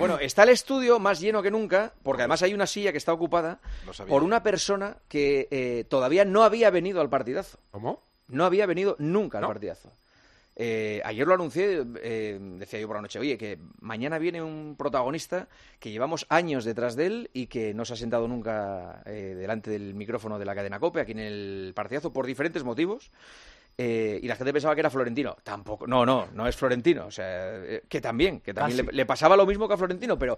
Bueno, está el estudio más lleno que nunca, porque además hay una silla que está ocupada Lo sabía. por una persona que eh, todavía no había venido al partidazo. ¿Cómo? No había venido nunca al ¿No? partidazo. Eh, ayer lo anuncié, eh, decía yo por la noche, oye, que mañana viene un protagonista que llevamos años detrás de él y que no se ha sentado nunca eh, delante del micrófono de la cadena COPE aquí en el partidazo por diferentes motivos. Eh, y la gente pensaba que era Florentino. Tampoco. No, no, no es Florentino. O sea, eh, que también, que también le, le pasaba lo mismo que a Florentino, pero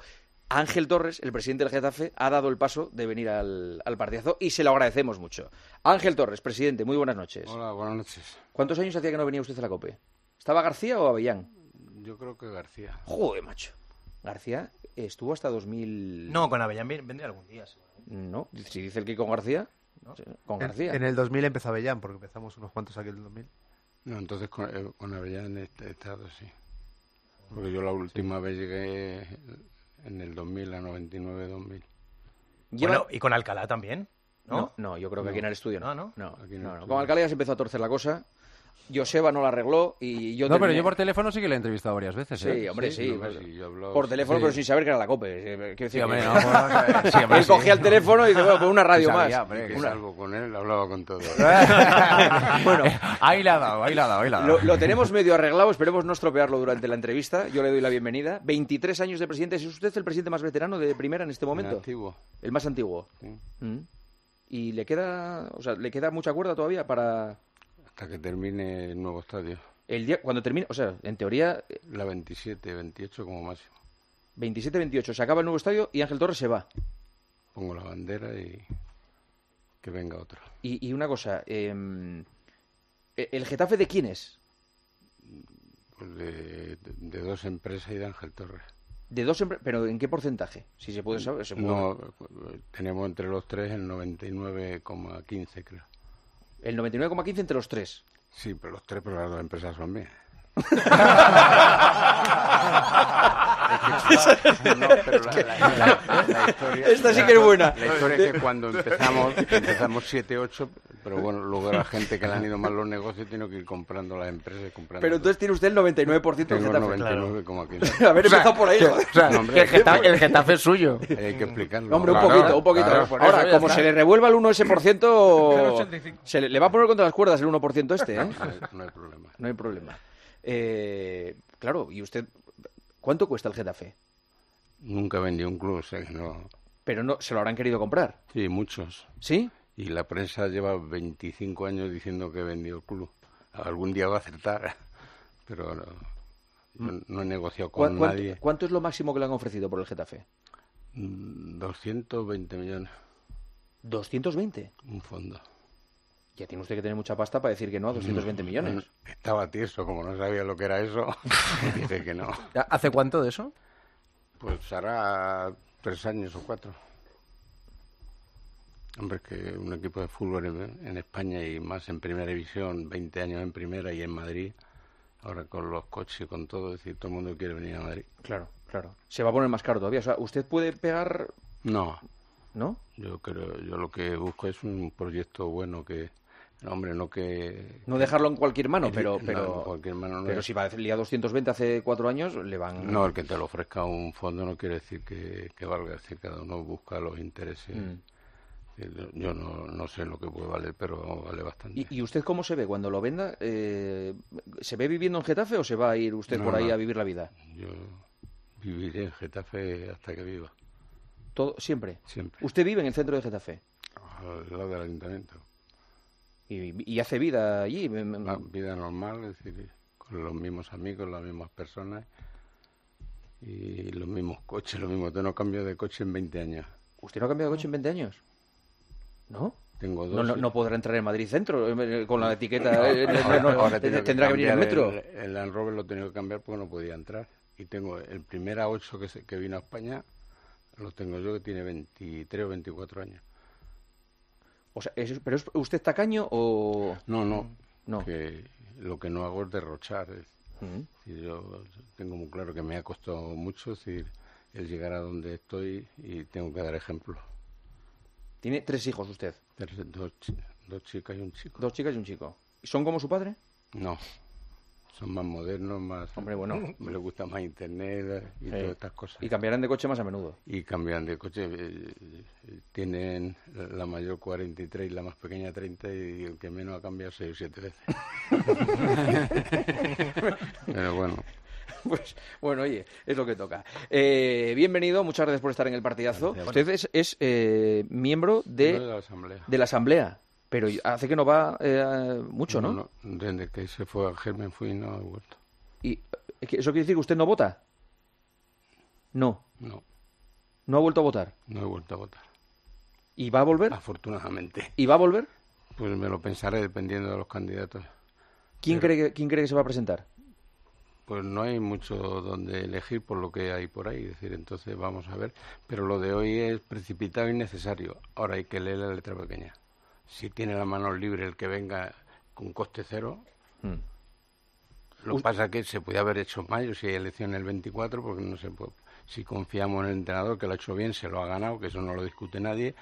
Ángel Torres, el presidente del Getafe, ha dado el paso de venir al, al partidazo y se lo agradecemos mucho. Ángel Torres, presidente, muy buenas noches. Hola, buenas noches. ¿Cuántos años hacía que no venía usted a la COPE? ¿Estaba García o Avellán? Yo creo que García. Joder, macho. García estuvo hasta 2000... No, con Avellán ven- vendría algún día. seguramente. No, si dice el que con García... Con En, García. en el 2000 empezó Avellán, porque empezamos unos cuantos aquí en el 2000. No, entonces con, eh, con Avellán he he estado, sí. Porque yo la última vez llegué en el 2000, a 99-2000. Lleva- Bueno, y con Alcalá también, ¿no? ¿No? No, yo creo que aquí en el estudio no. No, no. Aquí en no, el no. estudio. Con Alcalá ya se empezó a torcer la cosa. Joseba no la arregló y yo No, pero terminé- yo por teléfono sí que le he entrevistado varias veces. Sí, ¿eh? hombre, sí. no, pues, por- sí, yo hablaba- por teléfono, sí. pero sin saber que era la COPE. eh, quiero decir Sí, hombre, que- no, vamos a ver. Sí, hombre, Él sí. cogía el teléfono y dice, bueno, pues una radio Sí sabía, más. hombre, Que una- salgo con él, hablaba con todo. bueno, ahí la ha dado, ahí la ha dado, ahí la ha dado. Lo, Ah. lo tenemos medio arreglado, esperemos no estropearlo durante la entrevista. Yo le doy la bienvenida. 23 años de presidente. ¿Es usted el presidente más veterano de primera en este momento? Antiguo. El más antiguo. Sí. Mm. ¿Y le queda, o sea, le queda mucha cuerda todavía para Hasta que termine el nuevo estadio. el día cuando termine? O sea, en teoría eh, La 27, 28 como máximo. 27-28 se acaba el nuevo estadio y Ángel Torres se va. Pongo la bandera y que venga otro. Y, y una cosa, eh, ¿el Getafe de quién es? Pues de, de dos empresas y de Ángel Torres. De dos, empre- pero ¿en qué porcentaje? Si se puede saber. se puede- No, eh, tenemos entre los tres el 99,15 creo. El 99,15 entre los tres. Sí, pero los tres, pero las dos empresas son mías. No, pero la, la- la- la historia, Esta sí que es buena. La historia es que cuando empezamos, empezamos 7, 8, pero bueno, luego la gente que le han ido mal los negocios tiene que ir comprando las empresas y comprando. Pero todo. entonces tiene usted el 99% del tengo Getafe. 99,15. Haber empezado por ahí. joder. No, hombre, hay que- Getafe es suyo. hay que explicarlo. No, hombre, un Claro, poquito, un poquito. claro. Ahora, como se le revuelva el 1 ese por ciento, se le, le va a poner contra las cuerdas el 1% este, ¿eh? No hay- no hay problema. No hay problema. Eh, claro, y usted, ¿cuánto cuesta el Getafe? Nunca vendí un club, o sea que no. Pero no, se lo habrán querido comprar, Sí, muchos. ¿sí? Y la prensa lleva 25 años diciendo que vendió el club. Algún día va a acertar, pero no, yo no he negociado ¿Cuá- con cuánto, nadie. cuánto es lo máximo que le han ofrecido por el Getafe? Mm, 220 millones, 220. un fondo. Ya tiene usted que tener mucha pasta para decir que no a Mm, 220 millones. Estaba tieso, como no sabía lo que era eso, dije que no. ¿Hace cuánto de eso? Pues hará tres años o cuatro. Hombre, es que un equipo de fútbol en, en España y más en primera división, 20 años en primera y en Madrid, ahora con los coches y con todo, es decir, todo el mundo quiere venir a Madrid. Claro, claro. Se va a poner más caro todavía. O sea, usted puede pegar, No, ¿no? yo creo, yo lo que busco es un proyecto bueno que, no, hombre, no que... No dejarlo en cualquier mano, pero... no, pero... en cualquier mano no Pero es- si va a liar 220 hace cuatro años, le van... No, el que te lo ofrezca un fondo no quiere decir que, que valga, es decir, cada uno busca los intereses. Mm. Yo- Yo Eh, no, no sé lo que puede valer, pero vale bastante. ¿Y, y usted cómo se ve cuando lo venda? Eh, ¿Se ve viviendo en Getafe o se va a ir usted No, por ahí no. a vivir la vida? Yo viviré en Getafe hasta que viva, Todo, siempre. siempre, Usted vive en el centro de Getafe al lado del ayuntamiento. y, y hace vida allí. Em, me- me- Una vida normal, es decir, con los mismos amigos, las mismas personas y los mismos coches, lo mismo. Yo no cambio de coche en 20 años. ¿Usted no ha cambiado de coche en 20 años? ¿No? Tengo dos. No, no, no podrá entrar en Madrid Centro eh, eh, con la etiqueta. eh, no, Ahora- no, ahora he tenido tendrá que venir en cambiar metro. El, el Land Rover lo he tenido que cambiar porque no podía entrar. Y tengo el primer A8 que, se- que vino a España, lo tengo yo que tiene 23 o 24 años. O sea, es- ¿Pero es usted tacaño o...? No, no. No. Que lo que no hago es derrochar. es- Mm. Sí, yo tengo muy claro que me ha costado mucho es decir, el llegar a donde estoy y tengo que dar ejemplo. Tiene tres hijos usted, Tres- Dos, chi- dos chicas y un chico. dos chicas y un chico. ¿Son como su padre? No, son más modernos, más... Hombre, bueno. Les gusta más Internet y Sí. todas estas cosas. Y cambiarán de coche más a menudo. y cambian de coche. eh, eh, Tienen la mayor 43 y la más pequeña 30 y el que menos ha cambiado 6 o 7 veces. Pero bueno, Pues bueno, oye, es lo que toca. Eh, bienvenido, muchas gracias por estar en el partidazo. Gracias. Usted es, es, eh, miembro no de de, la asamblea. de la Asamblea, pero hace que no va eh, mucho, ¿no? Desde que se fue a Germen fui y no he vuelto. Y eh, que- ¿Eso quiere decir que usted no vota? No, No, no ha vuelto a votar. no he vuelto a votar. ¿Y va a volver? Ah. Afortunadamente. ¿Y va a volver? Pues me lo pensaré dependiendo de los candidatos. ¿Quién, cree que, ¿Quién cree que se va a presentar? Pues no hay mucho donde elegir por lo que hay por ahí, es decir, entonces vamos a ver. Pero lo de hoy es precipitado y necesario. Ahora hay que leer la letra pequeña. Si tiene la mano libre el que venga con coste cero, Mm. lo Us- que pasa que se puede haber hecho en mayo si hay elección el 24, porque no se puede. Si confiamos en el entrenador que lo ha hecho bien, se lo ha ganado, que eso no lo discute nadie,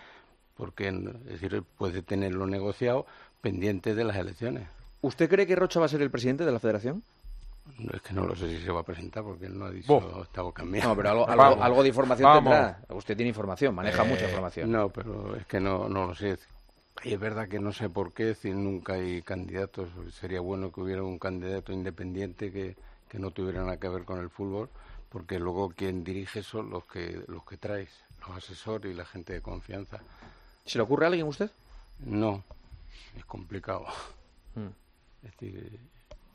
porque es decir, puede tenerlo negociado pendiente de las elecciones. ¿Usted cree que Rocha va a ser el presidente de la federación? No, es que no lo sé si se va a presentar porque él no ha dicho Buh. esta boca mía. No, pero algo, algo- Vamos. algo de información Vamos. tendrá. Usted tiene información, maneja Eh, mucha información. No, pero es que no, no lo sé. Y es verdad que no sé por qué, si nunca hay candidatos. Sería bueno que hubiera un candidato independiente que, que no tuviera nada que ver con el fútbol, porque luego quien dirige son los que, los que traes, los asesores y la gente de confianza. ¿Se le ocurre a alguien a usted? No, es complicado. Mm. Es decir,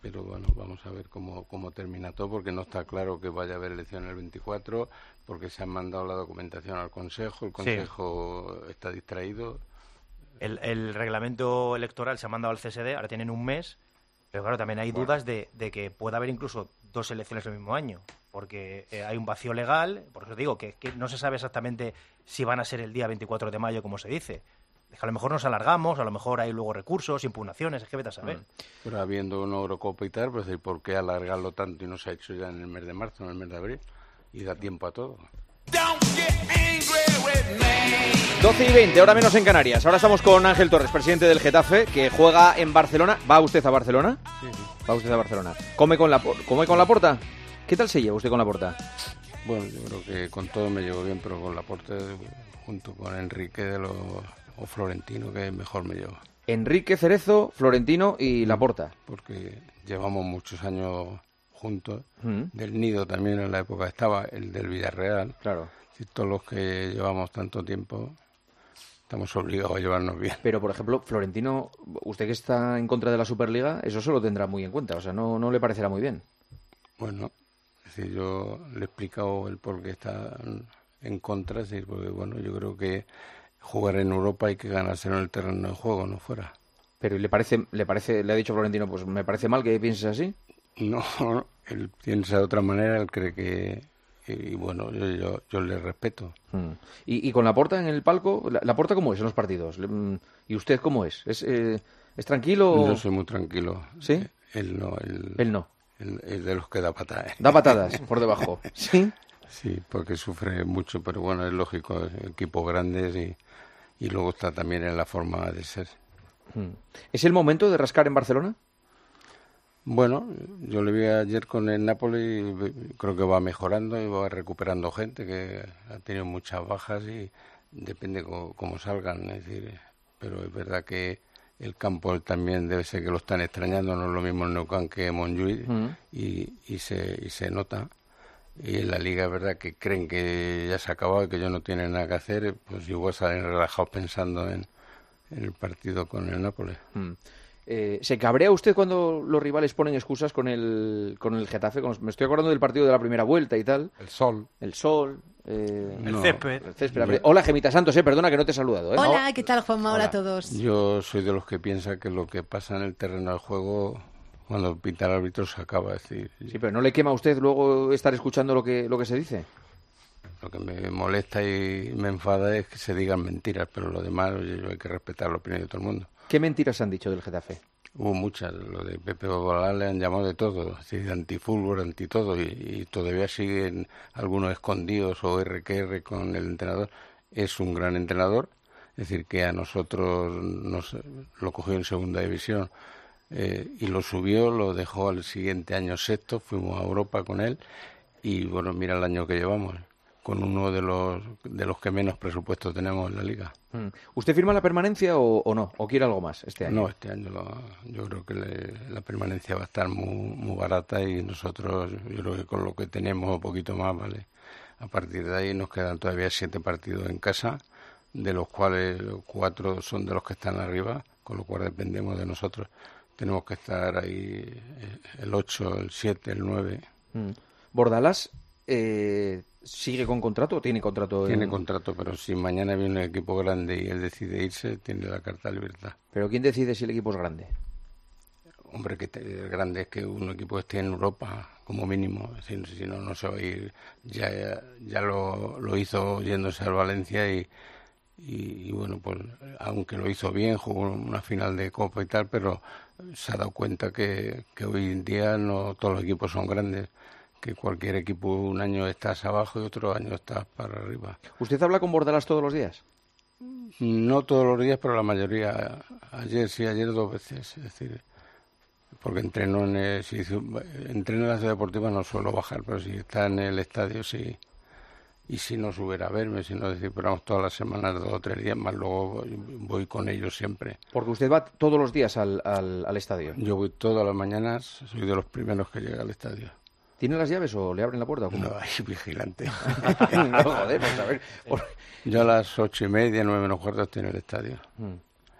pero bueno, vamos a ver cómo, cómo termina todo, porque no está claro que vaya a haber elección el 24, porque se han mandado la documentación al Consejo, el Consejo está distraído. El, el reglamento electoral se ha mandado al CSD, ahora tienen un mes, pero claro, también hay dudas de, de que pueda haber incluso dos elecciones el mismo año, porque eh, hay un vacío legal, por eso digo que, que no se sabe exactamente si van a ser el día 24 de mayo, como se dice. Es que a lo mejor nos alargamos, a lo mejor hay luego recursos, impugnaciones, es que vete a saber. Pero habiendo una Eurocopa y tal, pues ¿y ¿por qué alargarlo tanto y no se ha hecho ya en el mes de marzo, en el mes de abril? Y da tiempo a todo. Don't get angry with me. 12 y 20, ahora menos en Canarias. Ahora estamos con Ángel Torres, presidente del Getafe, que juega en Barcelona. ¿Va usted a Barcelona? Sí, sí. Va usted a Barcelona. ¿Come con la, por- come con la porta? ¿Qué tal se lleva usted con la porta? Bueno, yo creo que con todo me llevo bien, pero con Laporte, junto con Enrique de los, o Florentino, que mejor me llevo. Enrique Cerezo, Florentino y la porta. porque llevamos muchos años juntos. Mm. Del Nido también en la época estaba, el del Villarreal. Claro. Es decir, todos los que llevamos tanto tiempo estamos obligados a llevarnos bien. Pero, por ejemplo, Florentino, usted que está en contra de la Superliga, eso se lo tendrá muy en cuenta. O sea, no, no le parecerá muy bien. Bueno, es decir, yo le he explicado el por qué está en contra, es decir, porque bueno, yo creo que jugar en Europa hay que ganarse en el terreno de juego, no fuera. Pero le parece, le parece, le ha dicho Florentino, pues me parece mal que pienses así. No, él piensa de otra manera, él cree que... Y bueno, yo, yo, yo le respeto. Mm. ¿Y, y con la porta en el palco? ¿La, la porta cómo es en los partidos? Le- mm, ¿Y usted cómo es? ¿Es, eh, ¿es tranquilo o Yo soy muy tranquilo. Oh. ¿Sí? Él no. Él, él no? él- él de los que da patadas. Da patadas por debajo. Sí. Sí, porque sufre mucho, pero bueno, es lógico, es equipos grandes y, y luego está también en la forma de ser. Mm. ¿Es el momento de rascar en Barcelona? Bueno, yo le vi ayer con el Napoli, y ve- creo que va mejorando y va recuperando gente que ha tenido muchas bajas y depende co- cómo salgan, es decir, pero es verdad que el campo también debe ser que lo están extrañando, no es lo mismo en Nou Camp que en Montjuïc Mm. y, y se, y se nota. Y en la liga es verdad que creen que ya se ha acabado y que ellos no tienen nada que hacer, pues igual salen relajados pensando en, en el partido con el Nápoles. Mm. Eh, ¿Se cabrea usted cuando los rivales ponen excusas con el, con el Getafe? Con los- me estoy acordando del partido de la primera vuelta y tal. El sol. El sol. eh, No. césped. el césped. Hola, Gemita Santos, eh, perdona que no te he saludado. eh. Hola, ¿qué tal, Juanma? Hola. Hola, a todos. Yo soy de los que piensa que lo que pasa en el terreno del juego, cuando pinta el árbitro, se acaba. Es decir, Sí, pero ¿no le quema a usted luego estar escuchando lo que, lo que se dice? lo que me molesta y me enfada es que se digan mentiras, pero lo demás oye, hay que respetar la opinión de todo el mundo. ¿Qué mentiras han dicho del Getafe? Hubo muchas, lo de Pepe Bobalá le han llamado de todo, así, de antifútbol, anti todo, y, y todavía siguen algunos escondidos o RQR con el entrenador. Es un gran entrenador, es decir, que a nosotros nos lo cogió en segunda división eh, y lo subió, lo dejó al siguiente año sexto, fuimos a Europa con él y bueno, mira el año que llevamos, con uno de los, de los que menos presupuesto tenemos en la liga. Mm. ¿Usted firma la permanencia o, o no? ¿O quiere algo más este año? No, este año lo- yo creo que le- la permanencia va a estar muy, muy barata y nosotros, yo creo que con lo que tenemos o poquito más, ¿vale? A partir de ahí nos quedan todavía siete partidos en casa, de los cuales cuatro son de los que están arriba, con lo cual dependemos de nosotros. Tenemos que estar ahí eh, el 8, el 7, el 9. Mm. ¿Bordalás eh, sigue con contrato o tiene contrato? Tiene en- contrato, pero si mañana viene un equipo grande y él decide irse, tiene la carta de libertad. ¿Pero quién decide si el equipo es grande? Hombre, que te- el grande es que un equipo esté en Europa, como mínimo. Si, si no, no se va a ir. Ya, ya lo, lo hizo yéndose al Valencia y, y, y bueno, pues aunque lo hizo bien, jugó una final de Copa y tal, pero se ha dado cuenta que, que hoy en día no todos los equipos son grandes. Que cualquier equipo un año estás abajo y otro año estás para arriba. ¿Usted habla con Bordalás todos los días? No todos los días, pero la mayoría. Ayer sí, ayer dos veces. Es decir, porque entreno en, el- si hice un- entreno en la ciudad deportiva no suelo bajar, pero si está en el estadio sí. Y si no subiera a verme, si no decir, pero vamos todas las semanas dos o tres días más, luego voy, voy con ellos siempre. Porque usted va todos los días al, al- al estadio. Yo voy todas las mañanas, soy de los primeros que llega al estadio. ¿Tiene las llaves o le abren la puerta? o cómo? No hay vigilante. No, joder, pues a ver. por- Yo a las ocho y media, nueve menos cuarto estoy en el estadio. Mm.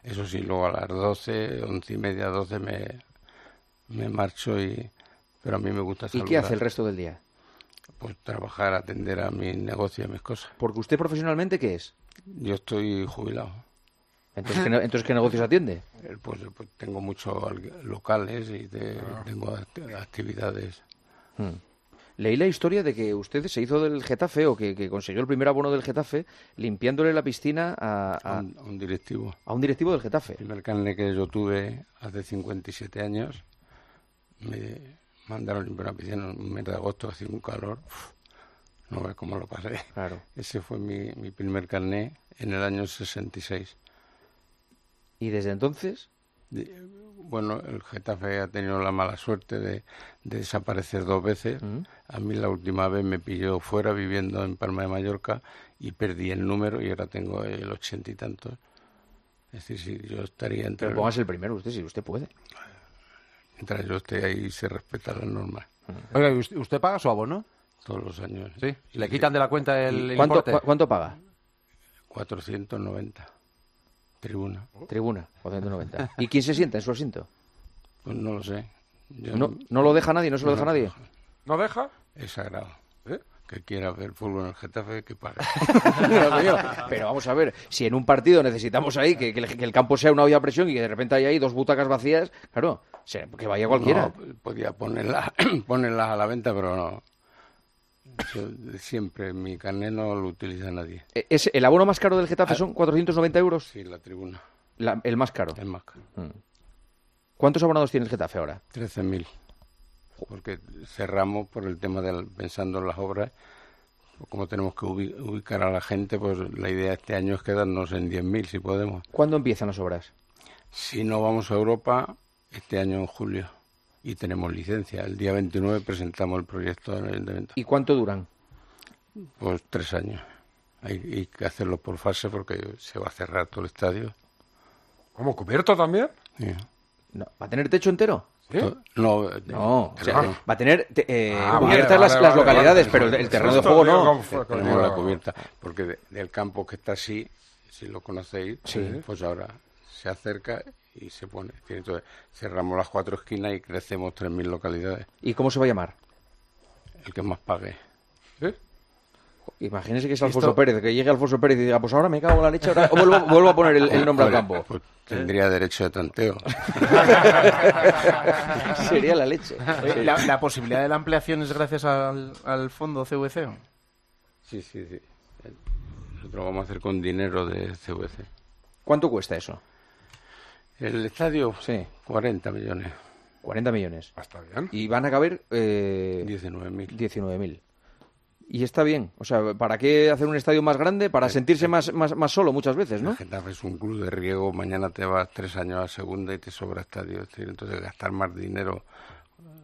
Eso sí, luego a las doce, once y media, doce me, me marcho y... Pero a mí me gusta ¿Y saludar. qué hace el resto del día? Pues trabajar, atender a mi negocio y a mis cosas. Porque usted profesionalmente, ¿qué es? Yo estoy jubilado. Entonces, ¿qué, ne- entonces, ¿qué negocios atiende? Eh, Pues, pues tengo muchos alg- locales y te- Ah. tengo act- actividades. Leí la historia de que usted se hizo del Getafe o que, que consiguió el primer abono del Getafe limpiándole la piscina a, A a- un, a un directivo. a un directivo del Getafe. El primer carnet que yo tuve hace 57 años, me mandaron a limpiar una piscina en un mes de agosto, hacía un calor. uf, no ves cómo lo pasé. Claro. Ese fue mi, mi primer carnet en el año 66. Y desde entonces, De- Bueno, el Getafe ha tenido la mala suerte de, de desaparecer dos veces. A mí la última vez me pilló fuera viviendo en Palma de Mallorca y perdí el número y ahora tengo el ochenta y tantos. Es decir, si yo estaría entre... pero póngase el primero usted, si usted puede. Mientras yo esté ahí se respeta las normas Oiga, ¿y usted- ¿usted paga su abono? todos los años. Sí. ¿Le quitan de la cuenta el ¿Cuánto, importe? cua- cuánto paga? 490 tribuna. Tribuna, 490. ¿Y quién se sienta en su asiento? Pues no lo sé. Yo No, no lo deja nadie, no se lo deja nadie. ¿No deja? Es sagrado. ¿Eh? Que quiera ver fútbol en el Getafe, que pague. Pero, coño, pero vamos a ver, si en un partido necesitamos ahí que, que el, que el campo sea una olla a presión y que de repente haya ahí dos butacas vacías, claro, se- que vaya cualquiera. No, podía ponerla- ponerlas a la venta, pero no. Yo de siempre mi carnet no lo utiliza nadie. E- ese- el abono más caro del Getafe son 490 euros, Sí, la tribuna. la- el más caro. Es más. ¿Cuántos abonados tiene el Getafe ahora? 13.000. Porque cerramos por el tema del pensando en las obras. Como tenemos que ubi- ubicar a la gente, pues la idea este año es quedarnos en 10.000 si podemos. ¿Cuándo empiezan las obras? Si no vamos a Europa, este año en julio. Y tenemos licencia. El día 29 presentamos el proyecto en el ayuntamiento. ¿Y cuánto duran? Pues tres años. Hay, hay que hacerlo por fase porque se va a cerrar todo el estadio. ¿Cómo cubierto también? Sí. No, ¿Va a tener techo entero? To- No, eh, No, o sea, Claro. va a tener te- eh, Ah, vale, cubiertas vale, las, vale, las vale, localidades, vale. pero el, el terreno de Esto juego digo, no. con- con- tenemos la con- cubierta. Porque de- del campo que está así, si lo conocéis, pues ahora se acerca y se pone. Entonces, cerramos las cuatro esquinas y crecemos 3.000 localidades. ¿Y cómo se va a llamar? El que más pague. ¿Sí? Imagínese que es Alfonso Pérez, que llegue Alfonso Pérez y diga, pues ahora me cago en la leche, ahora vuelvo, vuelvo a poner el, el nombre al Pues- campo. ¿Eh? pues tendría derecho de tanteo. Sería la leche. La, la posibilidad de la ampliación es gracias al, al fondo CVC. Sí, sí, sí. Nosotros lo vamos a hacer con dinero de CVC. ¿Cuánto cuesta eso? El estadio, Sí. 40 millones, 40 millones. Ah, Está bien. Y van a caber eh, 19.000. 19.000. Y está bien. O sea, ¿para qué hacer un estadio más grande? Eh, Para sentirse más, más, más solo muchas veces, El ¿no? Getafe es un club de riego, mañana te vas tres años a segunda y te sobra estadio. Es decir, entonces gastar más dinero,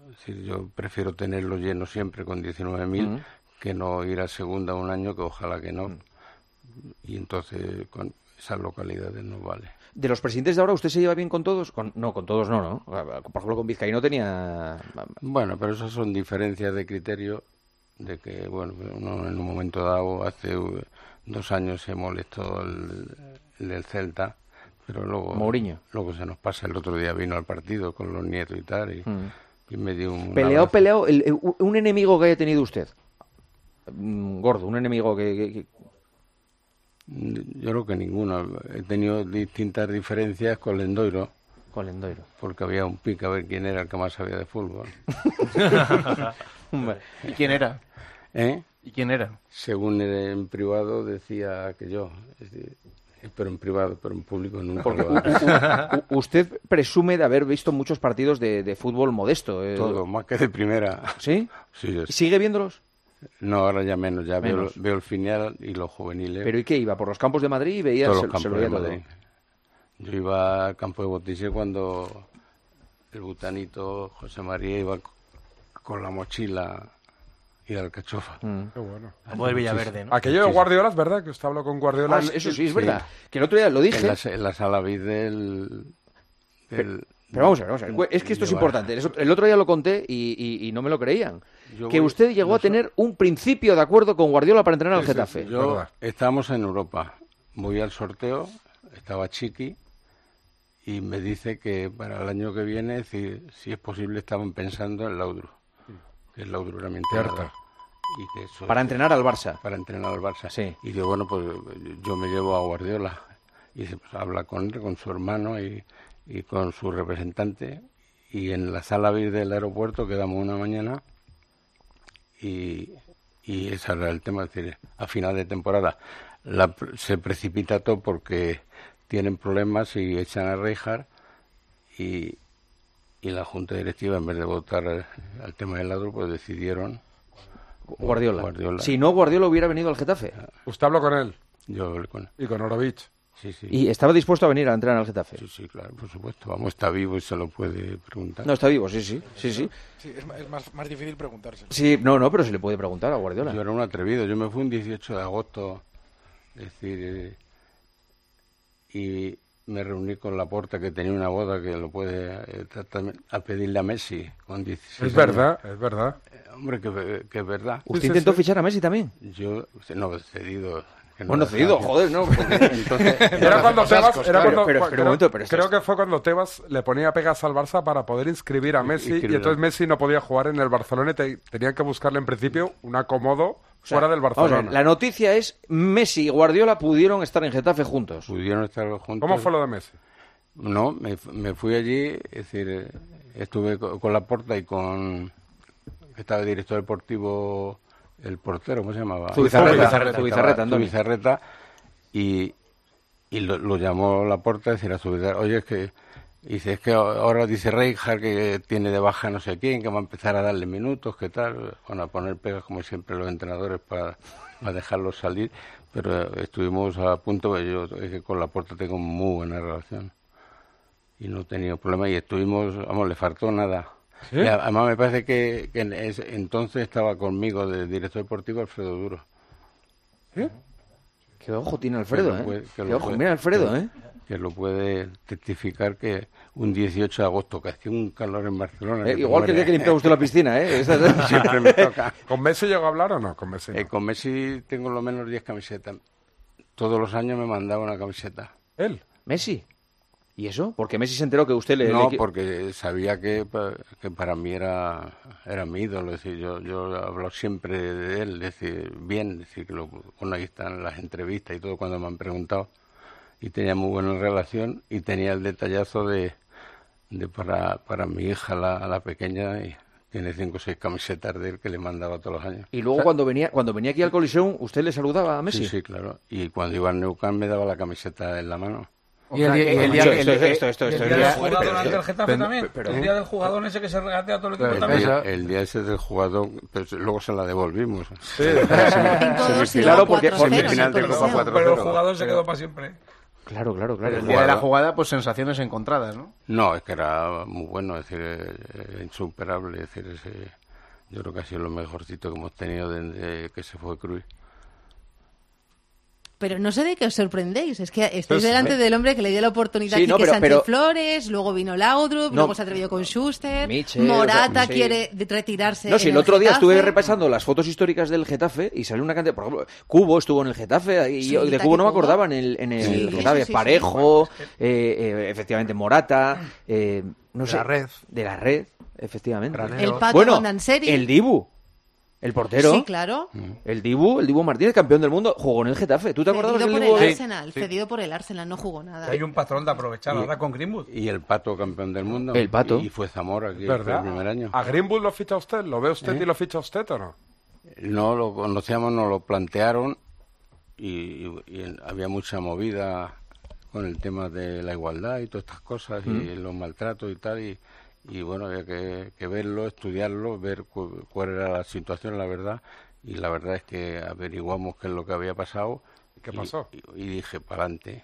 es decir, yo prefiero tenerlo lleno siempre con 19.000 Ujú. Mm. que no ir a segunda un año, que ojalá que no. Y entonces con esas localidades no vale. De los presidentes de ahora, ¿usted se lleva bien con todos? Con- no, con todos no, ¿no? Por ejemplo, con Vizcaíno tenía... Bueno, pero esas son diferencias de criterio de que, bueno, uno en un momento dado, hace eh, dos años se molestó el, el del Celta, pero luego... Mourinho. Luego se nos pasa, el otro día vino al partido con los nietos y tal, y, Mm. y me dio un... Peleado, abrazo. peleado. el- el- un enemigo que haya tenido usted. Mm, Gordo, un enemigo que... que- que- Yo creo que ninguno. He tenido distintas diferencias con Lendoiro, Con Lendoiro. porque había un pique a ver quién era el que más sabía de fútbol. Vale. ¿Y quién era? ¿Eh? ¿Y quién era? Según en privado decía que yo. Es decir, pero en privado, pero en público nunca lo hago. U- Usted presume de haber visto muchos partidos de, de fútbol modesto. eh. Todo, más que de primera. ¿Sí? Sí, yo- ¿Sigue viéndolos? No, ahora ya menos, ya veo- Menos. Veo, el final y los juveniles. ¿Pero y qué? ¿Iba por los campos de Madrid y veía todos se- los se campos lo de veía todo? Madrid. Yo iba al campo de Botice cuando el butanito José María iba co- con la mochila y la alcachofa. Mm. Qué bueno. Como el Villaverde, ¿no? Aquello de Guardiola, es verdad, que usted habló con Guardiola. Ah, eso sí, es verdad. Que el otro día lo En, dije. la, sa- en la sala VIP del... del- Pero vamos a ver, vamos a ver. Es que esto es Llevar- importante. Eso- El otro día lo conté y, y- y no me lo creían. Yo que voy- usted llegó a tener un principio de acuerdo con Guardiola para entrenar al Getafe. Yo Verdad. estábamos en Europa. Voy al sorteo, estaba Chiqui y me dice que para el año que viene, si, si es posible, estaban pensando en Laudru. Que el Laudru era mi entrenador. Cierto. Y que eso- Para entrenar al Barça. para entrenar al Barça. Sí. Y digo, bueno, pues yo me llevo a Guardiola. Y se pues, habla con él, con su hermano y, y con su representante. Y en la sala VIP del aeropuerto quedamos una mañana y, y ese era el tema. Es decir, a final de temporada la pr- se precipita todo porque tienen problemas y echan a Reijar y, y la junta directiva, en vez de votar al tema del ladro, pues decidieron Guardiola. Guardiola. Ah, Si no, Guardiola hubiera venido al Getafe. Usted habló con él yo hablé con él. y con Orovich. Sí, sí. Y estaba dispuesto a venir a entrenar al Getafe. Sí, sí, claro, por supuesto. Vamos, está vivo y se lo puede preguntar. No, está vivo, sí, sí. Sí, sí. Sí, es, ma- es más, más difícil preguntárselo. Sí, no, no, pero se le puede preguntar a Guardiola. yo era un atrevido. Yo me fui un 18 de agosto, es decir, eh, y me reuní con la porta que tenía una boda que lo puede eh, tratar- a pedirle a Messi con 16 es años. verdad, es verdad. Eh, Hombre, que, que es verdad. Usted sí, intentó sí. fichar a Messi también. Yo, no, cedido. que no Bueno, dejaba. cedido, joder, no. Entonces, Era cuando Tebas, era claro. Pero- pero- cuando- cua- pero un creo, momento, pero es creo esto. que fue cuando Tebas le ponía pegas al Barça para poder inscribir a Messi inscribir y a- entonces Messi no podía jugar en el Barcelona y te- tenían que buscarle en principio un acomodo O sea, fuera del vamos a ver, Barcelona. la noticia es Messi y Guardiola pudieron estar en Getafe juntos. pudieron estar juntos. ¿Cómo fue lo de Messi? No, me, fu- me fui allí, es decir, eh, estuve co- con la porta y con. Estaba el director deportivo, el portero, ¿cómo se llamaba? Zubizarreta, Zubizarreta, Zubizarreta, estaba Andoni. Zubizarreta, y, y lo, lo llamó la porta, es decir, a Zubizarreta, oye, es que. Dice, es que ahora dice Reijar que tiene de baja no sé quién, que va a empezar a darle minutos, que tal. Bueno, a poner pegas como siempre los entrenadores para, para dejarlos salir. Pero eh, estuvimos a punto, porque yo es que con la puerta tengo muy buena relación y no he tenido problema y estuvimos, vamos, le faltó nada. ¿Sí? Y a- además me parece que, que en ese entonces estaba conmigo de director deportivo Alfredo Duro. Qué ojo tiene Alfredo, Que lo ¿eh? puede- que Qué lo ojo, puede- mira Alfredo, que- ¿eh? Que lo puede testificar que un 18 de agosto, que hacía un calor en Barcelona. Eh, te igual que el día que mueres. limpiaba usted la piscina, ¿eh? Esta- Siempre me toca. ¿Con Messi llegó a hablar o no? Con Messi. no. Eh, con Messi tengo lo menos 10 camisetas. Todos los años me mandaba una camiseta. Él. Messi. ¿Y eso? Porque Messi se enteró que usted le... no, le- porque sabía que, pa- que para mí era, era mi ídolo, es decir, yo, yo he hablado siempre de él, es decir, bien, es decir, que lo- bueno, ahí están las entrevistas y todo cuando me han preguntado, y tenía muy buena relación, y tenía el detallazo de, de para, para mi hija, la, la pequeña, y tiene cinco o seis camisetas de él que le mandaba todos los años. Y luego cuando venía cuando venía aquí al Coliseum, ¿usted le saludaba a Messi? Sí, sí, claro, y cuando iba al Neucan me daba la camiseta en la mano. Y el, día- el día Esto, que- esto, el- esto, esto, El esto. día del jugador Pero- ante el Getafe pero- también. pero- El día del jugador ese que se regatea a todo el equipo El también. día, Eh, el día ese del jugador, pero luego se la devolvimos. Claro, porque- porque al final de Copa Pero, 4 el jugador se quedó para siempre. Claro, claro, claro. el día de la jugada, pues sensaciones encontradas, ¿no? No, es que era muy bueno, es decir, eh, eh, insuperable, es decir, ese, yo creo que ha sido lo mejorcito que hemos tenido desde que se fue Cruz. Pero no sé de qué os sorprendéis. Es que estáis Pues, delante eh. del hombre que le dio la oportunidad Sí, a no, Quique pero- Sánchez pero- Flores, luego vino Laudrup, No. luego se atrevió con Schuster. Michel, Morata o sea, sí. quiere de- retirarse. No, si en el otro día estuve Getafe. repasando las fotos históricas del Getafe y salió una cantidad. Por ejemplo, Cubo estuvo en el Getafe y Sí, yo de Iñaki Cubo no me Cubo. acordaba en el, en el Sí, Getafe. sí, sí, sí. Parejo, eh, eh, efectivamente Morata, eh, no De sé. la red. De la red, efectivamente. Granero. El Pato bueno, Condanseri. el Dibu, el portero. Sí, claro. El Dibu, el Dibu Martínez, campeón del mundo, jugó en el Getafe. ¿Tú te Cedido acordabas del por Dibu? el Sí. Arsenal. Cedido por el Arsenal. No jugó nada. Hay un patrón de aprovechar ahora con Greenwood. Y el Pato campeón del mundo. El Pato. Y fue Zamora, que fue el ¿Verdad? primer año. ¿A Greenwood lo ficha usted? ¿Lo ve usted y lo ficha usted o no? No lo conocíamos, nos lo plantearon y, y- y en- había mucha movida con el tema de la igualdad y todas estas cosas y los maltratos y tal. Y, y bueno, había que, que verlo, estudiarlo, ver cu- cuál era la situación, la verdad. Y la verdad es que averiguamos qué es lo que había pasado. ¿Qué y- pasó? Y, y dije, para adelante.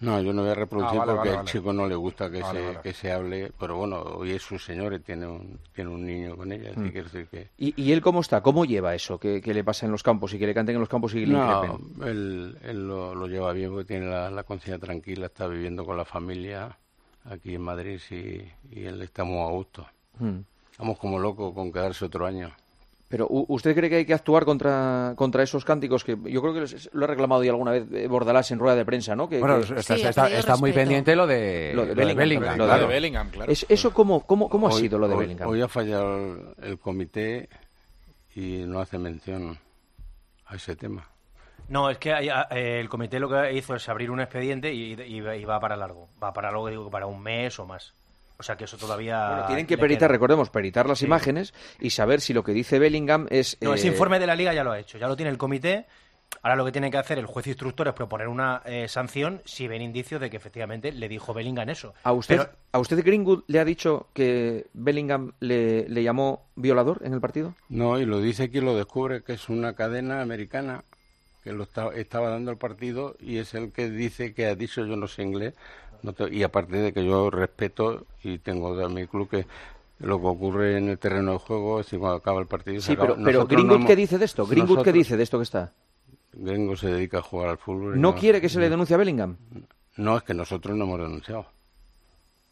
No, yo no voy a reproducir Ah, vale, porque vale, al vale. chico no le gusta que, Vale, se, vale. que se hable, pero bueno, hoy es su señor y tiene un, tiene un niño con ella, así que quiero decir que... ¿Y, y él cómo está? ¿Cómo lleva eso? ¿Qué, qué le pasa en los campos y que le canten en los campos y que le No, increpen? él, él lo, lo lleva bien porque tiene la, la conciencia tranquila, está viviendo con la familia aquí en Madrid sí, y él está muy a gusto. Mm. Vamos como locos con quedarse otro año. Pero ¿u- ¿usted cree que hay que actuar contra, contra esos cánticos que yo creo que los- lo ha reclamado ya alguna vez eh, Bordalás en rueda de prensa, ¿no? Que, Bueno, que- está, Sí, está- ha pedido está muy respeto. pendiente lo de, Lo de lo de Bellingham, Bellingham. lo de claro. De Bellingham, claro. es- ¿Eso cómo, cómo, cómo ha Hoy- sido lo de hoy- Bellingham? Hoy ha fallado el, el comité y no hace mención a ese tema. No, es que hay- a- eh, el comité lo que hizo es abrir un expediente y, y- y va para largo. Va para largo, digo, para un mes o más. O sea que eso todavía. Bueno, tienen que le peritar, queda. recordemos, peritar las imágenes y saber si lo que dice Bellingham es... No, eh, ese informe de la liga ya lo ha hecho, ya lo tiene el comité. Ahora lo que tiene que hacer el juez instructor es proponer una eh, sanción si ven indicios de que efectivamente le dijo Bellingham eso. ¿A usted, Pero- ¿A usted Greenwood le ha dicho que Bellingham le, le llamó violador en el partido? No, y lo dice quien lo descubre, que es una cadena americana que lo esta- estaba dando el partido y es el que dice que ha dicho yo no sé inglés. no te- y aparte de que yo respeto y tengo de mi club que lo que ocurre en el terreno de juego es que cuando acaba el partido. se Sí, acaba. pero, pero Nosotros Greenwood, no ¿qué hemos- dice de esto? Greenwood, ¿qué nosotros- dice de esto que está? Gringo se dedica a jugar al fútbol. y ¿No quiere que se le denuncie a Bellingham? No, es que nosotros no hemos denunciado.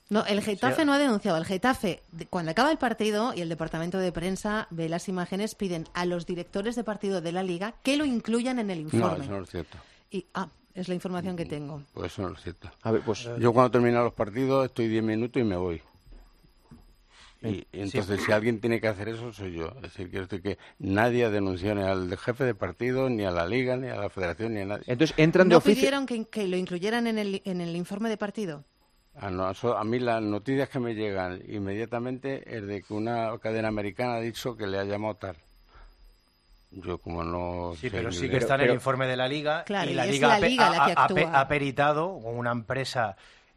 No, el Getafe no ha denunciado. El Getafe, de- cuando acaba el partido y el departamento de prensa ve las imágenes, piden a los directores de partido de la liga que lo incluyan en el No, informe. eso no es cierto. Y, ah, es la información Mm. que tengo. Pues eso no es cierto. A ver, pues... Yo cuando termino los partidos estoy 10 minutos y me voy. Y, y entonces si alguien tiene que hacer eso soy yo. Es decir, quiero decir que nadie ha denunciado ni al jefe de partido, ni a la liga, ni a la federación, ni a nadie. Entonces entran de ¿No oficio... pidieron que, que lo incluyeran en el, en el informe de partido? A, no- eso- a mí las noticias que me llegan inmediatamente es de que una cadena americana ha dicho que le ha llamado tal. Yo como no... Sí, sé pero sí que inglés- está en el informe de la Liga Claro, y la y es Liga, la ha pe- Liga la ha, que ha pe- actúa. ha peritado con una empresa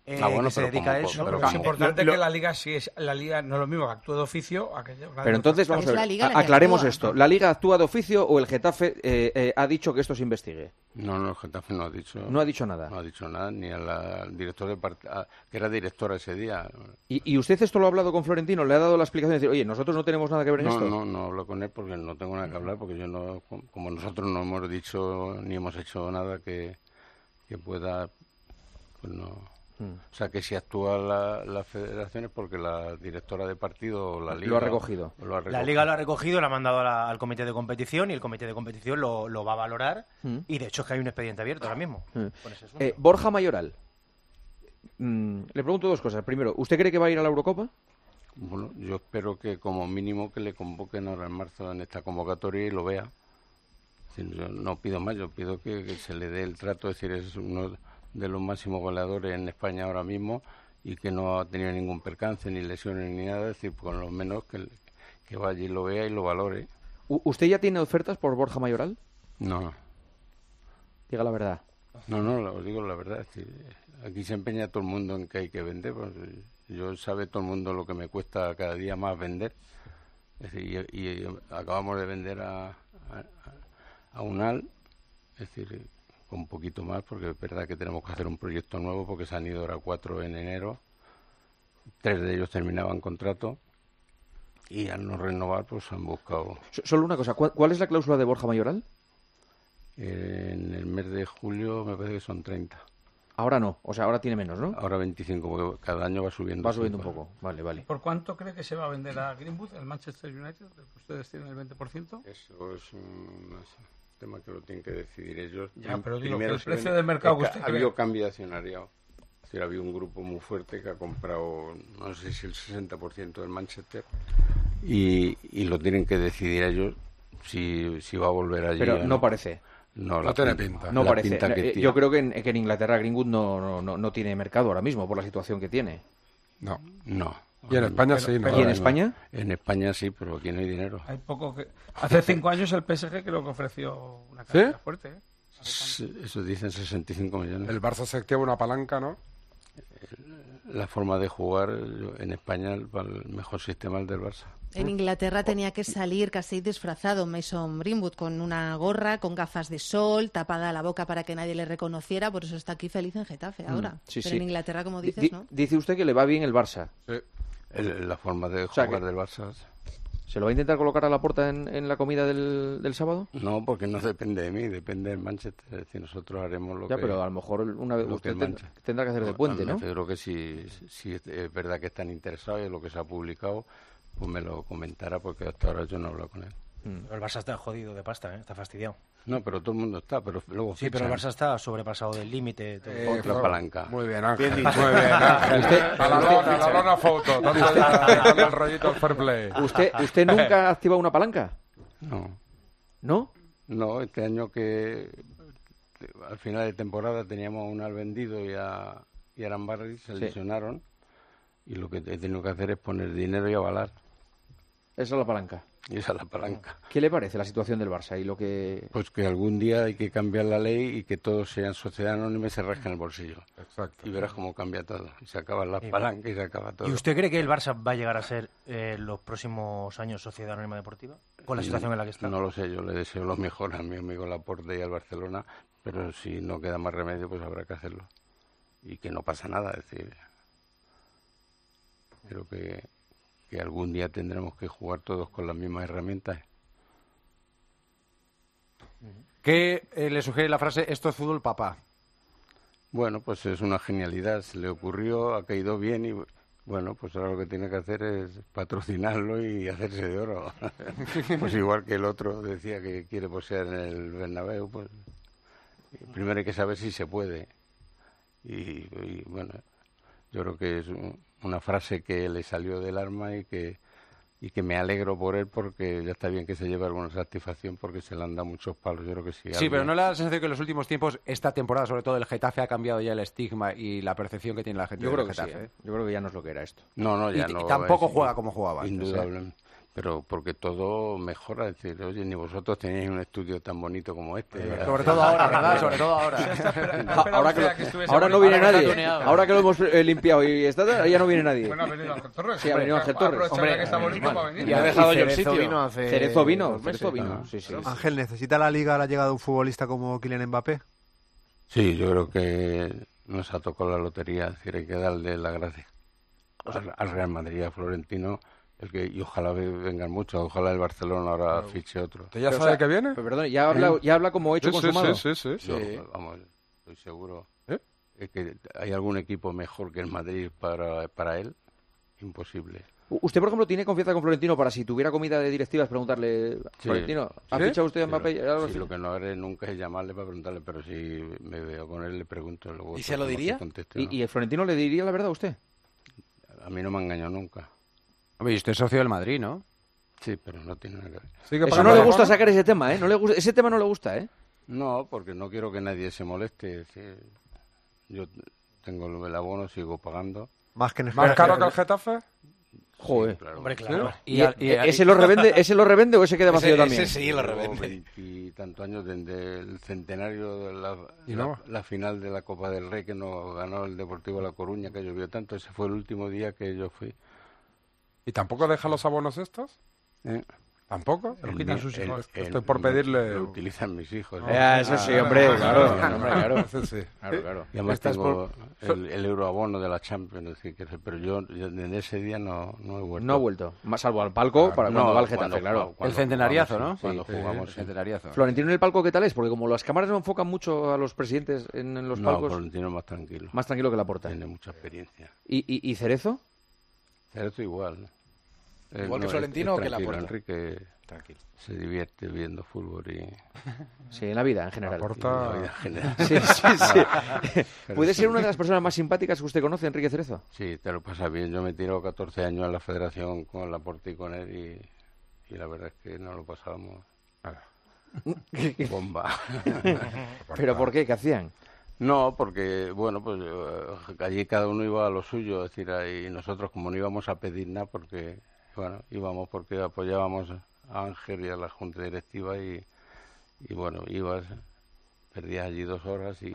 eh, Ah, bueno, que se pero dedica a como- eso. pero Pero Es como- sí, importante lo- que la liga sí es la liga no es lo mismo que actúe de oficio. a que- Pero entonces vamos Es a ver, la liga la que aclaremos actúa. esto. ¿La liga actúa de oficio o el Getafe eh, eh, ha dicho que esto se investigue? No, no, el Getafe no ha dicho... No ha dicho nada. No ha dicho nada, ni a la- al director de part- a- que era directora ese día. ¿Y, y usted esto lo ha hablado con Florentino? ¿Le ha dado la explicación de decir, oye, nosotros no tenemos nada que ver en No, esto? no, no hablo con él porque no tengo nada que hablar, porque yo no, como nosotros no hemos dicho ni hemos hecho nada que, que pueda, pues no. Hmm. O sea, que si actúa la, la federación es porque la directora de partido o la Lo liga... ha recogido. o lo ha La recogido. liga lo ha recogido, lo ha mandado a la- al comité de competición y el comité de competición lo, lo va a valorar. Mm. Y de hecho es que hay un expediente abierto ahora mismo. Mm. con ese asunto. Eh, Borja Mayoral. Mm, le pregunto dos cosas. Primero, ¿usted cree que va a ir a la Eurocopa? Bueno, yo espero que como mínimo que le convoquen ahora en marzo en esta convocatoria y lo vea. Es decir, Yo no pido más, yo pido que, que se le dé el trato, es decir, es uno de los máximos goleadores en España ahora mismo y que no ha tenido ningún percance, ni lesiones, ni nada, es decir, con lo menos que, que vaya y lo vea y lo valore. U- ¿Usted ya tiene ofertas por Borja Mayoral? No, Diga la verdad. No, no, la- os digo la verdad. es que aquí se empeña todo el mundo en que hay que vender. pues, yo sabe todo el mundo lo que me cuesta cada día más vender. Es decir, y, y acabamos de vender a, a, a Unal, es decir, con un poquito más, porque es verdad que tenemos que hacer un proyecto nuevo, porque se han ido ahora cuatro en enero. Tres de ellos terminaban contrato. Y al no renovar, pues han buscado So- Solo una cosa, ¿cuál cuál es la cláusula de Borja Mayoral? Eh, En el mes de julio me parece que son 30. Ahora no, o sea, ahora tiene menos, ¿no? Ahora 25, porque cada año va subiendo. Va subiendo un cinco. poco. Vale, vale. ¿Por cuánto cree que se va a vender a Greenwood el Manchester United? del que ustedes tienen el 20%. Eso es un es un tema que lo tienen que decidir ellos. Ya, Prim- pero digo, primero que el se precio vende- de mercado es que que usted Ha habido cree. cambio de accionariado. Es decir, ha habido un grupo muy fuerte que ha comprado, no sé si el 60% del Manchester. Y, y lo tienen que decidir ellos si, si va a volver allí. Pero o no parece. No, No tiene pinta. No la parece. pinta que Eh, tiene. Yo creo que en, que en Inglaterra Greenwood no, no, no, no tiene mercado ahora mismo por la situación que tiene. No. No. Y en España sí, ¿no? ¿Y en España? En España sí, pero aquí no hay dinero. Hay poco que... Hace cinco años el PSG creo que ofreció una cantidad fuerte. ¿eh? Sí, Eso dicen 65 millones. El Barça se activa una palanca, ¿no? La forma de jugar yo- en España, el, el mejor sistema es el del Barça. Ah. En Inglaterra tenía que salir casi disfrazado Mason Greenwood con una gorra, con gafas de sol, tapada la boca para que nadie le reconociera, por eso está aquí feliz en Getafe ahora. Mm, sí, Pero sí. en Inglaterra, como dices, Di- ¿no? Dice usted que le va bien el Barça. El- la forma de sea, jugar que- del Barça. ¿Se lo va a intentar colocar a la puerta en, en la comida del, del sábado? No, porque no depende de mí, depende del Manchester. Es decir, nosotros haremos lo Ya, que. pero a lo mejor una vez lo usted que ten- mancha. tendrá que hacer de puente, ¿no? Yo creo que si, si es- es verdad que están interesados en lo que se ha publicado, pues me lo comentará, porque hasta ahora yo no he hablado con él. Pero el Barça está jodido de pasta, ¿eh? está fastidiado. No, pero todo el mundo está, pero luego. Sí, pero el Barça fichan. está sobrepasado del límite. todo. Eh, Otra Fran- palanca. Muy bien, Ángel. Muy bien, Ángel. a la lona, a la lona foto. Tanto el rollito al fair play. ¿Usted, ¿Usted nunca ha activado una palanca? No. ¿No? No, este año que eh, al final de temporada teníamos a un al vendido y a, y a Aran Barry, se lesionaron y lo que he tenido que hacer es poner dinero y avalar. Esa es la palanca. Y esa es la palanca. ¿Qué le parece la situación del Barça y lo que... Pues que algún día hay que cambiar la ley y que todos sean sociedad anónima y se rasquen el bolsillo. Exacto. Y verás cómo cambia todo. Y se acaban las palancas y se acaba todo. ¿Y usted cree que el Barça va a llegar a ser eh, los próximos años Sociedad Anónima Deportiva? Con la situación en la que está. No lo sé, yo le deseo lo mejor a mi amigo Laporte y al Barcelona, pero si no queda más remedio, pues habrá que hacerlo. Y que no pasa nada, es decir. Creo que, que algún día tendremos que jugar todos con las mismas herramientas. ¿Qué eh, le sugiere la frase esto es fútbol papá? Bueno, pues es una genialidad, se le ocurrió, ha caído bien y bueno, pues ahora lo que tiene que hacer es patrocinarlo y hacerse de oro. pues igual que el otro decía que quiere poseer en el Bernabéu, pues primero hay que saber si se puede. Y, y, bueno, yo creo que es un- una frase que le salió del arma y que y que me alegro por él porque ya está bien que se lleve alguna satisfacción porque se le han dado muchos palos. Yo creo que sí. Sí, pero ¿no le da la sensación que en los últimos tiempos, esta temporada sobre todo, el Getafe ha cambiado ya el estigma y la percepción que tiene la gente Yo del creo que sí, Getafe? ¿eh? Yo creo que ya no es lo que era esto. No, no, Y ya t- y no. tampoco es juega como jugaba antes, ¿eh? ¿eh? Indudable. Pero porque todo mejora. Es decir, oye, ni vosotros tenéis un estudio tan bonito como este. Eh, Sobre todo ahora, ¿verdad? Sobre todo Ya ahora. está espera- está esperando Ahora, que usted a lo- que estuviese ahora no bonito. viene ahora que está nadie. tuneado. Ahora que lo hemos eh, limpiado y está, ya no viene nadie. Bueno, ha venido Ángel Torres. Sí, ha venido Ángel Torres. Aprovechar Hombre, eh, la que está bonito para venir. Y ha dejado yo el Cerezo sitio. vino hace Cerezo Eh, vino, dos meses. Cerezo vino. Ah, Sí, sí. Ángel, ¿necesita la liga la llegada de un futbolista como Kylian Mbappé? Sí, yo creo que nos ha tocado la lotería. Es decir, hay que darle la gracia al, al Real Madrid, a Florentino. El que, y ojalá ve- vengan muchos. Ojalá el Barcelona ahora fiche otro. ¿Usted ya Pero, sabe o sea, que viene? Pero perdón, ya habla, ya habla como hecho Sí, sí, consumado. sí, sí, sí, sí. Yo, vamos, estoy seguro. ¿Eh? Es que hay algún equipo mejor que el Madrid para, para él. Imposible. U- Usted, por ejemplo, tiene confianza con Florentino para si tuviera comida de directivas preguntarle, Florentino, ¿ha ¿Sí? fichado usted a Sí, Mbappé? lo- Algo sí, así. lo que no haré nunca es llamarle para preguntarle, pero si me veo con él le pregunto. Luego ¿Y pues, se lo cómo diría? conteste, ¿no? ¿Y, y el Florentino le diría la verdad a usted? A mí no me engañó nunca. Hombre, y usted es socio del Madrid, ¿no? Sí, pero no tiene nada que ver. Sigue Eso pagando no le la gusta lona. sacar ese tema, ¿eh? No le gusta, ese tema no le gusta, ¿eh? No, porque no quiero que nadie se moleste. es que Yo tengo el abono, sigo pagando. Más que en ¿Más Getafe. caro que el Getafe? Joder. Hombre, claro. ¿Y, e- ese, lo revende, ¿Ese lo revende o ese queda vacío Ese- también? ese sí lo Luego, revende. Veintitantos años desde el centenario de la, Y la- no. la final de la Copa del Rey que nos ganó el Deportivo La Coruña, que llovió tanto. Ese fue el último día que yo fui. ¿Y tampoco deja los abonos estos? ¿eh? ¿Tampoco? Lo quitan sus hijos. el- Estoy por lo- pedirle- Lo utilizan mis hijos. ¿eh? Ah, eso sí, hombre, claro. hombre, claro. Sí, sí. Claro, claro. Y además Estás tengo el, el euroabono de la Champions, es decir, que- pero yo desde ese día no, no he vuelto. No ha vuelto. Más salvo al palco para cuando No, va el Getafe, cuando- claro. cuando el centenariazo, jugamos, ¿no? sí, Cuando Sí, jugamos, El sí. centenariazo. Florentino en el palco, ¿qué tal es? Porque como las cámaras no enfocan mucho a los presidentes en, en los No, pues palcos, Florentino más tranquilo. más tranquilo que la porta. Tiene mucha experiencia. ¿Y, y, y Cerezo? Cerezo igual. Él Igual que es- Florentino es o que tranquilo, Laporta. Enrique Tranquilo. se divierte viendo fútbol y... y Sí, en la vida en general. la vida en Aporta... general. Sí, sí, sí. Pero ¿Puede sí. ser una de las personas más simpáticas que usted conoce, Enrique Cerezo? Sí, te lo pasa bien. Yo me tiro 14 años a la federación con Laporta y con él y, y la verdad es que no lo pasábamos bomba. ¿Pero por qué? ¿Qué hacían? No, porque, bueno, pues eh, allí cada uno iba a lo suyo, es decir, ahí nosotros como no íbamos a pedir nada, porque, bueno, íbamos porque apoyábamos a Ángel y a la Junta Directiva y, y, bueno, ibas, perdías allí dos horas y,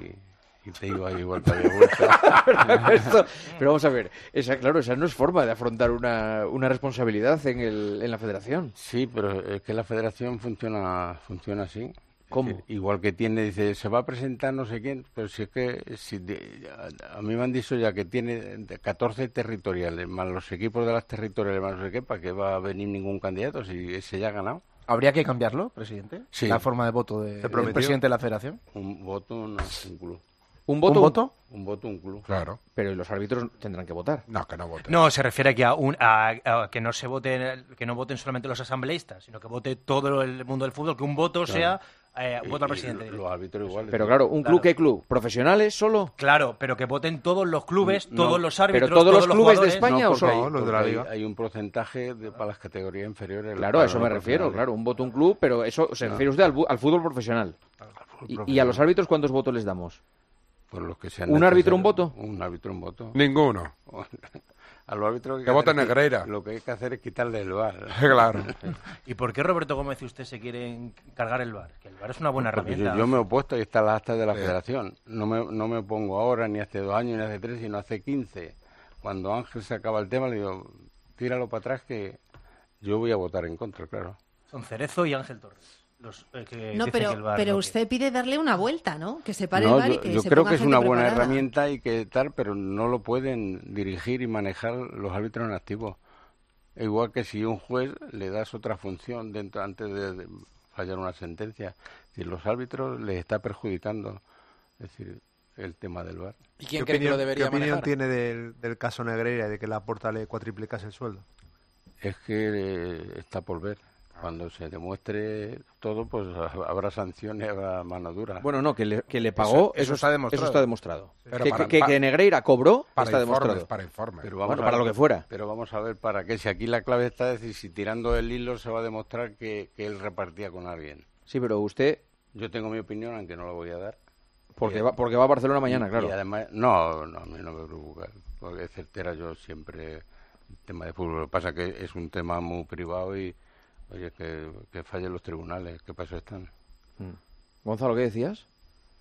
y te ibas y vuelta de vuelta. Esto- Pero vamos a ver, esa, claro, esa no es forma de afrontar una, una responsabilidad en, el, en la federación. Sí, pero es que la federación funciona, funciona así. Es ¿Cómo? decir, Igual que tiene, dice, se va a presentar no sé quién, pero si es que si de- a, a mí me han dicho ya que tiene de 14 territoriales, más los equipos de las territoriales, más no sé qué, ¿para qué va a venir ningún candidato si ese ya ha ganado? ¿Habría que cambiarlo, presidente? Sí. La forma de voto de- del prometió. presidente de la federación. Un voto, un, un club. ¿Un voto? ¿Un voto? Un voto, un club. Claro. Pero los árbitros tendrán que votar. No, que no vote. No, se refiere aquí a, un, a, a que no se voten, que no voten solamente los asambleístas, sino que vote todo el mundo del fútbol, que un voto sea eh, un voto Y- al y presidente. lo- directo. Los árbitros iguales. Pero claro, ¿un Claro. club qué club? ¿Profesionales solo? Claro, pero que voten todos los clubes, No, todos los árbitros, pero todos los clubes de jugadores. España. o porque solo hay, los de porque la hay- liga? hay un porcentaje de- para las categorías inferiores. Claro, a para eso los me refiero, profesionales. claro, un voto, un club, pero eso se refiere usted al, bu- al fútbol profesional. Y, y a los árbitros cuántos votos les damos? Por los que sean ¿Un árbitro, un necesarios. voto? Un árbitro, un voto. Ninguno. A los árbitros hay Que vote hacer es qui- Negreira. Lo que hay que hacer es quitarle el bar. Claro. ¿Y por qué Roberto Gómez y usted se quieren cargar el VAR? Que el VAR es una buena Porque herramienta. yo, yo me he opuesto y está la acta de la federación. No me, no me opongo ahora, ni hace dos años, ni hace tres, sino hace quince. Cuando Ángel se acaba el tema, le digo, tíralo para atrás que yo voy a votar en contra, claro. Son Cerezo y Ángel Torres. Los, eh, que No, dicen pero, que el VAR pero no usted pide darle una vuelta, ¿no? Que se pare No, el bar y yo, que yo se creo ponga que es gente una buena preparada. herramienta y que tal, pero no lo pueden dirigir y manejar los árbitros en activo. Igual que si un juez le das otra función dentro antes de, de fallar una sentencia, si los árbitros les está perjudicando, es decir, el tema del VAR. ¿Y ¿Qué quién cree que opinión, lo qué debería opinión manejar? tiene del, del caso Negreira y de que la porta le cuatriplicase el sueldo? Es que eh, está por ver. Cuando se demuestre todo, pues ha- habrá sanciones, habrá mano dura. Bueno, no, que le, que Pues le pagó, Eso- eso está demostrado. está demostrado. Pero que, para- que- para- que Negreira cobró, Para está informes, demostrado. para informes. Pero Bueno, para a- lo que fuera. Pero vamos a ver para qué. Si aquí la clave está es decir, si tirando el hilo se va a demostrar que, que él repartía con alguien. Sí, pero usted, Yo tengo mi opinión, aunque no la voy a dar. porque va, porque va a Barcelona mañana, Y- claro. Y además, no, no, a mí no me preocupa. Porque es certera yo siempre el tema de fútbol. Lo que pasa es que es un tema muy privado y, oye, que, que fallen los tribunales. ¿Qué pasó están? Mm. Gonzalo, ¿qué decías?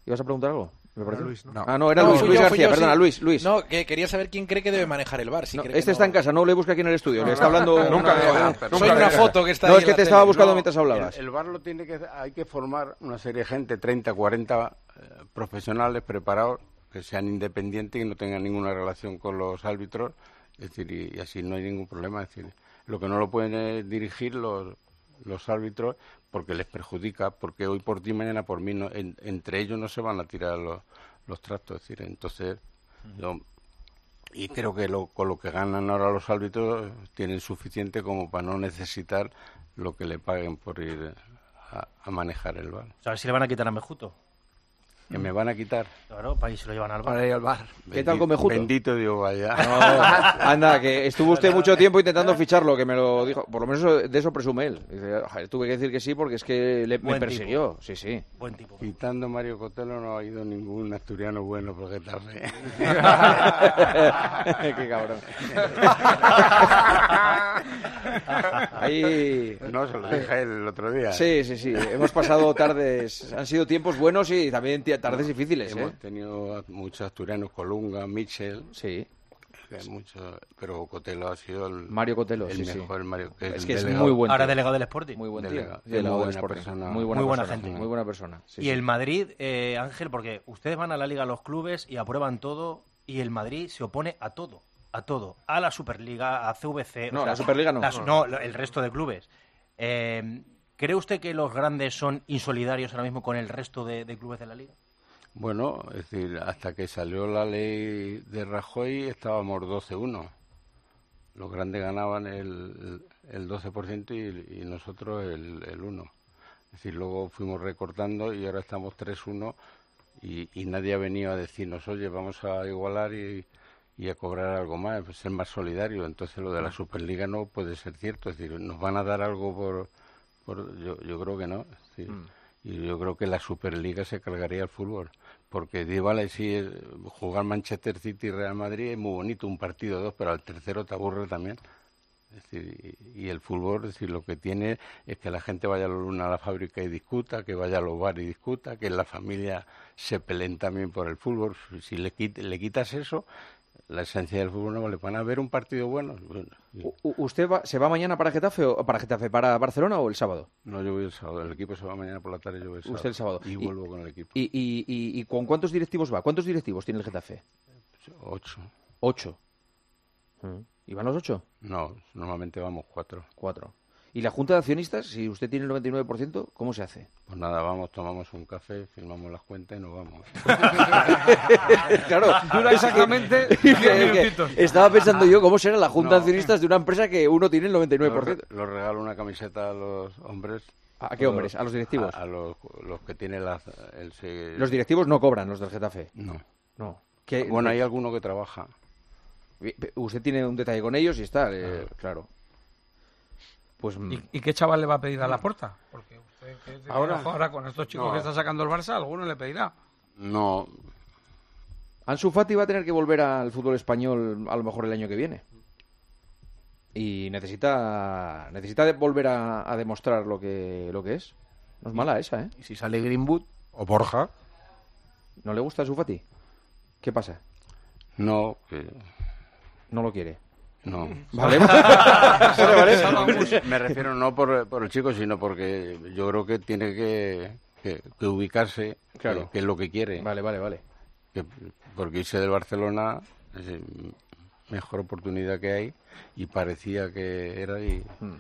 ¿Ibas a preguntar algo? Me parece. Luis, ¿no? Ah, no, era No, Luis, fui Luis yo, fui García, yo, perdona, sí. Luis, Luis. No, que quería saber quién cree que debe manejar el bar. si No, cree que este no. está en casa, no le busca aquí en el estudio, le está hablando... Nunca no, verá, no, pero Soy nunca una verá. foto que está No, ahí es en que la te estaba tele. buscando No, mientras hablabas. El, el bar lo tiene que hay que formar una serie de gente, 30, 40 eh, profesionales preparados que sean independientes y no tengan ninguna relación con los árbitros, es decir, y, y así no hay ningún problema, es decir, lo que no lo pueden es dirigir los los árbitros porque les perjudica, porque hoy por ti, mañana por mí, no- en- entre ellos no se van a tirar los, los trastos, es decir, entonces yo y creo que lo- con lo que ganan ahora los árbitros tienen suficiente como para no necesitar lo que le paguen por ir a, a manejar el bar. O sea, a ver si le van a quitar a Mejuto. que me van a quitar. Claro, para ahí se lo llevan al bar. Para ir al bar. ¿Qué tal con Mejuto? Bendito Dios vaya. No, anda, que estuvo usted mucho tiempo intentando ficharlo, que me lo dijo. Por lo menos eso- de eso presume él. Dice, "Joder, tuve que decir que sí porque es que le- me Buen persiguió. Sí, sí. Buen tipo. Quitando Mario Cotelo no ha ido ningún asturiano bueno por Getafe. Qué cabrón. Ahí- No, se lo dije el otro día. Sí, sí, sí. Hemos pasado tardes. Han sido tiempos buenos y también ti- tardes difíciles. ¿eh? Hemos tenido a- muchos asturianos, Colunga, Mitchell. Sí. Mucho, pero Cotelo ha sido el, Mario Cotelo, el sí, sí. mejor Mario Es que es muy buen Ahora tío. delegado del Sporting. Muy buen tío. Delegado- Delegado muy del buena Sporting. persona. Muy buena, Muy buena persona. gente. Muy buena persona. Sí, y sí. el Madrid, eh, Ángel, porque ustedes van a la liga a los clubes y aprueban todo y el Madrid se opone a todo, a todo, a la Superliga, a CVC. o No, sea, la Superliga no. las- no, lo- el resto de clubes. Eh, ¿Cree usted que los grandes son insolidarios ahora mismo con el resto de, de clubes de la liga? Bueno, es decir, hasta que salió la ley de Rajoy estábamos 12-1. Los grandes ganaban el, el 12% y, y nosotros el, el 1. Es decir, luego fuimos recortando y ahora estamos 3-1 y, y nadie ha venido a decirnos, oye, vamos a igualar y, y a cobrar algo más, pues, ser más solidario. Entonces lo de la Superliga no puede ser cierto. Es decir, nos van a dar algo por... por- yo, yo creo que no. Es decir, y yo creo que la Superliga se cargaría el fútbol. Porque di, vale, sí, eh, jugar Manchester City y Real Madrid es muy bonito, un partido o dos, pero al tercero te aburre también. Es decir, y y el fútbol, es decir, lo que tiene es que la gente vaya a la luna a la fábrica y discuta, que vaya a los bares y discuta, que en la familia se peleen también por el fútbol. Si- Si le, quit- le quitas eso, la esencia del fútbol no vale para nada. Ver un partido bueno, bueno, y- U- u- ¿Usted va- se va mañana para Getafe o para Getafe, para Barcelona o el sábado? no yo voy el sábado, el equipo se va mañana por la tarde, yo voy el sábado. Usted el sábado. Y, Y- vuelvo con el equipo. ¿Y, y- y- y con cuántos directivos va? ¿Cuántos directivos tiene el Getafe? Ocho. Ocho. Mm. ¿Y van los ocho? No, normalmente vamos cuatro. Cuatro. ¿Y la Junta de Accionistas, si usted tiene el 99%, cómo se hace? Pues nada, vamos, tomamos un café, firmamos las cuentas y nos vamos. Pues claro, Dura es que- exactamente es 10 que minutitos. Estaba pensando yo cómo será la Junta de No. Accionistas de una empresa que uno tiene el Los 99%. re- los regalo una camiseta a los hombres. ¿A qué hombres? ¿A los directivos? A, a los, los que tienen las... el se- Los directivos no cobran, los del Getafe. No. No. ¿Qué- Bueno, hay alguno que trabaja. Usted tiene un detalle con ellos y está, eh, claro. Pues mm, ¿Y, y qué chaval le va a pedir a la puerta? Porque usted que tiene Ahora- trabajo ahora con estos chicos No. que está sacando el Barça, alguno le pedirá. No, Ansu Fati va a tener que volver al fútbol español a lo mejor el año que viene. Y necesita necesita de- volver a, a demostrar lo que lo que es. No es mala esa, ¿eh? Y si sale Greenwood, O Borja. ¿No le gusta Ansu Fati? ¿Qué pasa? no, que- No lo quiere. no. Vale. Me refiero no por, por el chico, sino porque yo creo que tiene que, que- que ubicarse, Claro. que, que es lo que quiere. vale, vale, vale. que- porque irse del Barcelona es eh, mejor oportunidad que hay y parecía que era y, Hmm.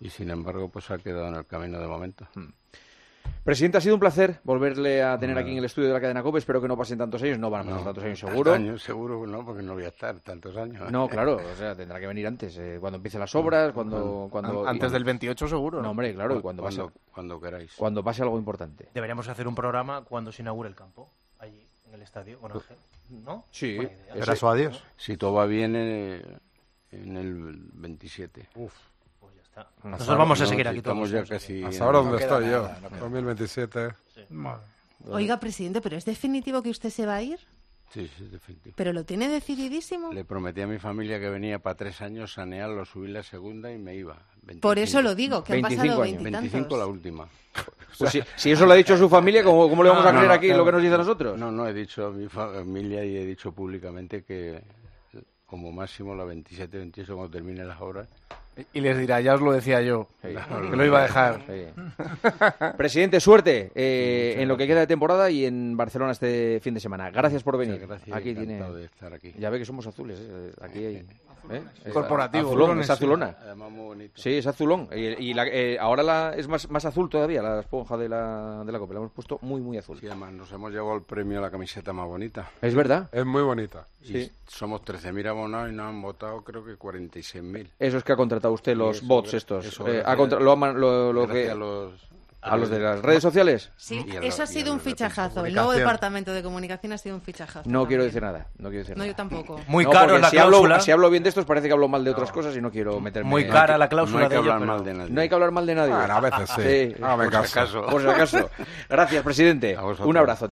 y sin embargo pues ha quedado en el camino de momento. Hmm. Presidente, ha sido un placer volverle a tener aquí en el estudio de la cadena COPE. Espero que no pasen tantos años. No van a pasar tantos años, seguro. Años, seguro no, porque no voy a estar tantos años. ¿eh? No, claro. O sea, tendrá que venir antes. eh, cuando empiecen las obras, cuando... cuando an- antes del 28 seguro. No, hombre, claro. y Cuando pase, cuando, cuando queráis. cuando pase algo importante. Deberíamos hacer un programa cuando se inaugure el campo, allí en el estadio, con Ángel. Pues, ¿No? Sí. Buena idea. Era su adiós. Si todo va bien eh, en el 27. Uh, Pues ya está. Nosotros vamos a seguir aquí Estamos todos. ya o sea que- casi Hasta ahora en- donde estoy yo. 2027. Madre. Oiga, presidente, pero es definitivo que usted se va a ir, Sí, sí, definitivo. pero lo tiene decididísimo. Le prometí a mi familia que venía para tres años sanearlo, subir la segunda y me iba. 25. Por eso lo digo, que han 25 pasado años, veintitantos. 25 la última. Pues si, si eso lo ha dicho su familia, ¿cómo, cómo le vamos a No, creer no, aquí claro. lo que nos dice a nosotros? No, no, he dicho a mi familia y he dicho públicamente que como máximo la 27, 28 cuando terminen las obras. Y les dirá, ya os lo decía yo, Sí. que lo iba a dejar. Sí. Presidente, suerte eh, en lo que queda de temporada y en Barcelona este fin de semana. Gracias por venir. Muchas gracias, aquí tiene. encantado de estar aquí. Ya ve que somos azules. eh, Aquí hay. ¿eh? Es Corporativo. azulón, es azulona. Además muy bonito. Sí, es azulón. Y, y la- eh, ahora la- es más, más azul todavía la esponja de la, de la copa. La hemos puesto muy, muy azul. Sí, además nos hemos llevado el premio a la camiseta más bonita. Es verdad. Es muy bonita. Y somos 13.000 abonados y nos han votado creo que 46.000. Eso es que ha contratado usted los Sí, eso, bots gra- estos. eso, Eh, ha gracias. contra- lo, ha man- lo- lo Gracias que- a los... A ¿A los de las redes sociales? Sí, Y el- eso ha y sido el un de fichajazo. El comunicación. nuevo departamento de comunicación ha sido un fichajazo. No quiero decir nada. No, quiero decir No, nada. yo tampoco. Muy No, caro porque en la si hablo- cláusula. si hablo bien de estos, parece que hablo mal de otras cosas y no quiero meterme Muy cara la cláusula de ello, pero- No hay que hablar mal de nadie. Bueno, a veces sí. Ah, me por si caso. acaso. Por si acaso. Gracias, presidente. Un abrazo.